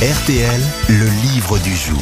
RTL, le livre du jour.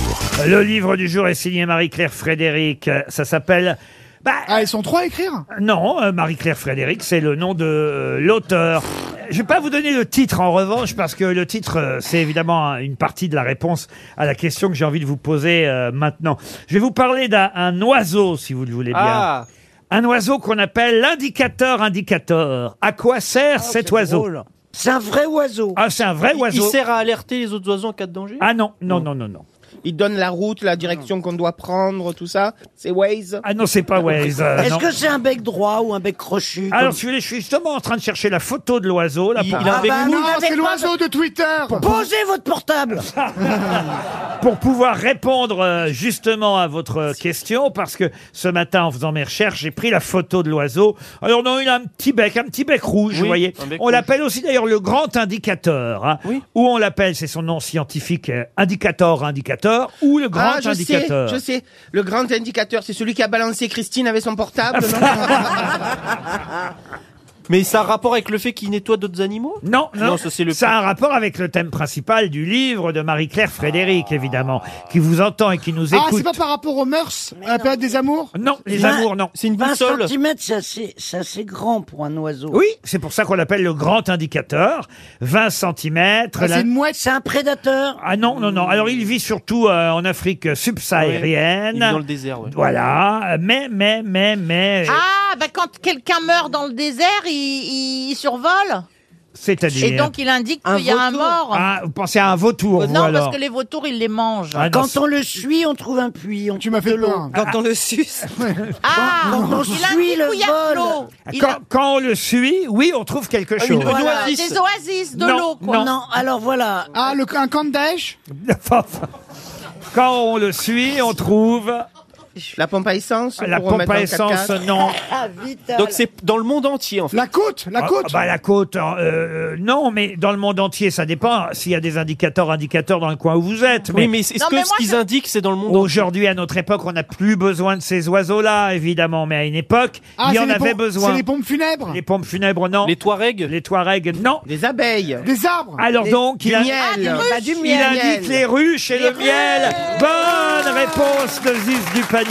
Le livre du jour est signé Marie-Claire Frédéric. Ça s'appelle. Bah, Ah, ils sont trois à écrire non, euh, Marie-Claire Frédéric, c'est le nom de euh, l'auteur. Je vais pas vous donner le titre en revanche parce que le titre euh, c'est évidemment hein, une partie de la réponse à la question que j'ai envie de vous poser euh, maintenant. Je vais vous parler d'un un oiseau si vous le voulez bien. Ah, Un oiseau qu'on appelle l'indicateur indicateur. À quoi sert cet oiseau C'est un vrai oiseau. Ah, c'est un vrai il oiseau. sert à alerter les autres oiseaux en cas de danger Ah non, non, non, non, non. Il donne la route, la direction qu'on doit prendre, tout ça. C'est Waze. Ah non, c'est pas Waze. euh, Est-ce non. que c'est un bec droit ou un bec crochu Ah, Alors, si vous voulez, je suis justement en train de chercher la photo de l'oiseau. là, Il- pour, il a- Ah avec bah nous, non, Non, avec c'est moi, l'oiseau de Twitter Bah, Posez votre portable pour pouvoir répondre euh, justement à votre euh, question, parce que ce matin, en faisant mes recherches, j'ai pris la photo de l'oiseau. Alors non, il a un petit bec, un petit bec rouge, Oui, vous voyez. un bec On rouge. l'appelle aussi d'ailleurs le grand indicateur, hein, Oui. ou on l'appelle, c'est son nom scientifique, euh, indicator, indicateur, ou le grand ah, je indicateur. sais, je sais. Le grand indicateur, c'est celui qui a balancé Christine avec son portable. non Ah, Mais ça a rapport avec le fait qu'il nettoie d'autres animaux Non, non, Non, ça, c'est le- ça a un rapport avec le thème principal du livre de Marie-Claire Frédéric, évidemment, qui vous entend et qui nous Ah, écoute. c'est pas par rapport aux mœurs À la période des amours Non, les Vingt- amours, non. C'est une 20 boussole cm, c'est assez, c'est assez grand pour un oiseau. Oui, c'est pour ça qu'on l'appelle le grand indicateur. 20 cm. Ah, C'est une mouette C'est un prédateur. Ah non, non, non. Alors il vit surtout euh, en Afrique subsaharienne. Il est dans le désert, ouais. Voilà. Mais, mais, mais, mais. Ah, bah quand quelqu'un meurt dans le désert, il, il survole C'est-à-dire. et donc il indique Un qu'il y a un vautour. mort. Ah, vous pensez à un vautour, vous, non, alors. parce que les vautours, ils les mangent. Ah, non, Quand c'est- on le suit, on trouve un puits. On Tu m'as fait trouve de peur. l'eau. Ah, Quand on il suit indique le où il y a vol. de l'eau. Il Ah, quand, a- quand on le suit, oui, on trouve quelque chose. une Voilà. oasis. Des oasis, de Non, l'eau, quoi. non. Non, alors voilà. Ah, le, un camp de Daesh quand on le suit, on trouve la pompe à essence. la pour pompe remettre à en essence, 4x4. non. Ah, vite. Donc c'est dans le monde entier, en fait. La côte La Ah, côte bah, La côte, euh, euh, non, mais dans le monde entier, ça dépend s'il y a des indicateurs, indicateurs dans le coin où vous êtes. Oui, mais est-ce Non, que mais ce moi, qu'ils je- indiquent, c'est dans le monde entier Aujourd'hui, à notre époque, on n'a plus besoin de ces oiseaux-là, évidemment, mais à une époque, Ah, il y c'est en les avait pompes- besoin. C'est les Les, pompes funèbres pompes funèbres, non. Les Les, Touaregs Touaregs, non. Des abeilles. Des arbres Alors donc, Du il, a- miel. Ah, des ruches. Pas du il indique les ruches et le miel. Bonne réponse de Ziz du panier.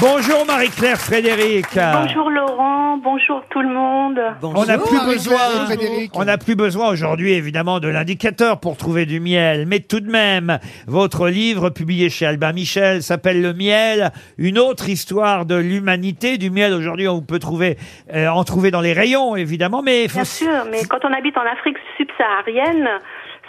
Bonjour Marie-Claire Frédéric. Bonjour Laurent, bonjour tout le monde. On Ah, n'a plus Marie-Claire besoin. Frédéric. On n'a plus besoin aujourd'hui, évidemment, de l'indicateur pour trouver du miel. Mais tout de même, votre livre, publié chez Albin Michel, s'appelle Le miel, une autre histoire de l'humanité. Du miel, aujourd'hui, on peut trouver, euh, en trouver dans les rayons, évidemment, mais il faut- Bien sûr, mais quand on habite en Afrique subsaharienne,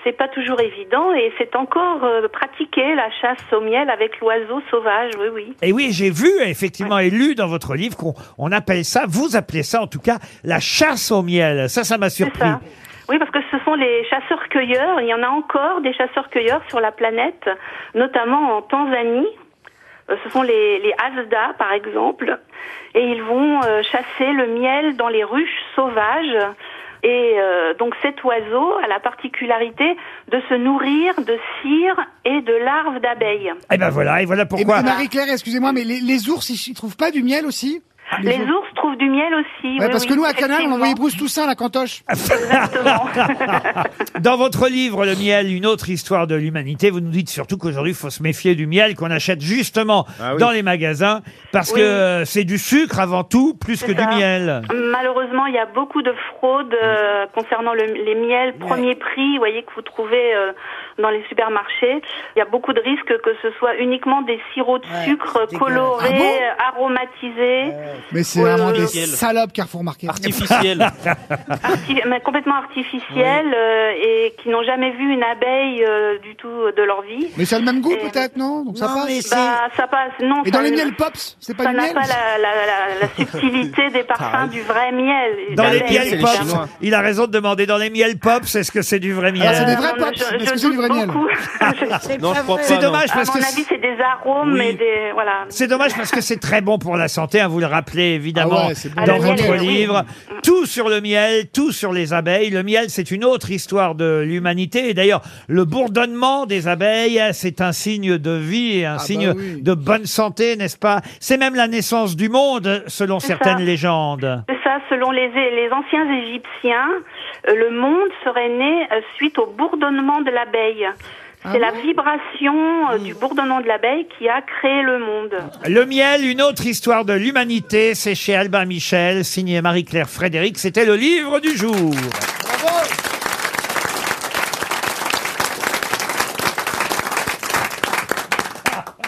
c'est pas toujours évident et c'est encore euh, pratiqué la chasse au miel avec l'oiseau sauvage, oui, oui. Et oui, j'ai vu, effectivement, et lu dans votre livre qu'on on appelle ça, vous appelez ça, en tout cas, la chasse au miel. Ça, ça m'a C'est surpris. ça. Oui, parce que ce sont les chasseurs-cueilleurs. Il y en a encore des chasseurs-cueilleurs sur la planète, notamment en Tanzanie. Euh, Ce sont les, les Asda, par exemple. Et ils vont euh, chasser le miel dans les ruches sauvages. Et euh, donc cet oiseau a la particularité de se nourrir de cire et de larves d'abeilles. Et ben voilà, et voilà Et pourquoi. Marie-Claire, excusez-moi, mais les, les ours, ils, ils trouvent pas du miel aussi Les ours trouvent du miel Ah, aussi. Ouais, oui, Parce oui, que nous, à Canal, on effectivement. envoyait Bruce Toussaint, la cantoche. Ah, Exactement. Dans votre livre, Le miel, une autre histoire de l'humanité, vous nous dites surtout qu'aujourd'hui, il faut se méfier du miel qu'on achète justement Ah dans les magasins, parce Oui. que euh, c'est du sucre avant tout, plus C'est que du ça. miel. Malheureusement, il y a beaucoup de fraudes euh, concernant le- les miels premier prix, vous voyez, que vous trouvez euh, dans les supermarchés. Il y a beaucoup de risques que ce soit uniquement des sirops de Ouais, sucre c'est colorés, dégueulasse. Ah euh, aromatisés, Mais Oh c'est Ouais, vraiment ouais, des ouais. salopes, Carrefour Market. Ah. Artificiels. arti- mais complètement artificiels euh, et qui n'ont jamais vu une abeille euh, du tout de leur vie. Mais ça a le même goût, Et- peut-être, non Donc ça Non, passe. mais c'est- Bah, ça passe. Non, Et Euh, ça dans les ne- miels Pops, c'est pas ça du n'a miel pas la, la- la- la subtilité des parfums du vrai miel. Dans les d'abeille, miels miels c'est les pops, Chinois. il a raison de demander dans les miels pops, est-ce que c'est du vrai miel Ah, c'est des Ah, vrais Non, non, pops, je- mais je est-ce que c'est du doute vrai miel beaucoup. Non, je crois pas. C'est non. dommage À parce mon que avis, c'est des arômes Oui. et des voilà. C'est dommage parce que c'est très bon pour la santé, hein, vous le rappelez évidemment Ah ouais, c'est bon. dans Ah, le votre miel, oui. livre. Tout sur le miel, tout sur les abeilles. Le miel, c'est une autre histoire de l'humanité. Et d'ailleurs, le bourdonnement des abeilles, hein, c'est un signe de vie et un bah signe oui. de bonne santé, n'est-ce pas C'est même la naissance du monde, selon C'est certaines ça. légendes. C'est ça, selon les, les anciens Égyptiens, euh, le monde serait né euh, suite au bourdonnement de l'abeille. C'est Ah la vibration euh, du bourdonnement de l'abeille qui a créé le monde. Le miel, une autre histoire de l'humanité, c'est chez Albin Michel, signé Marie-Claire Frédéric. C'était le livre du jour. Bravo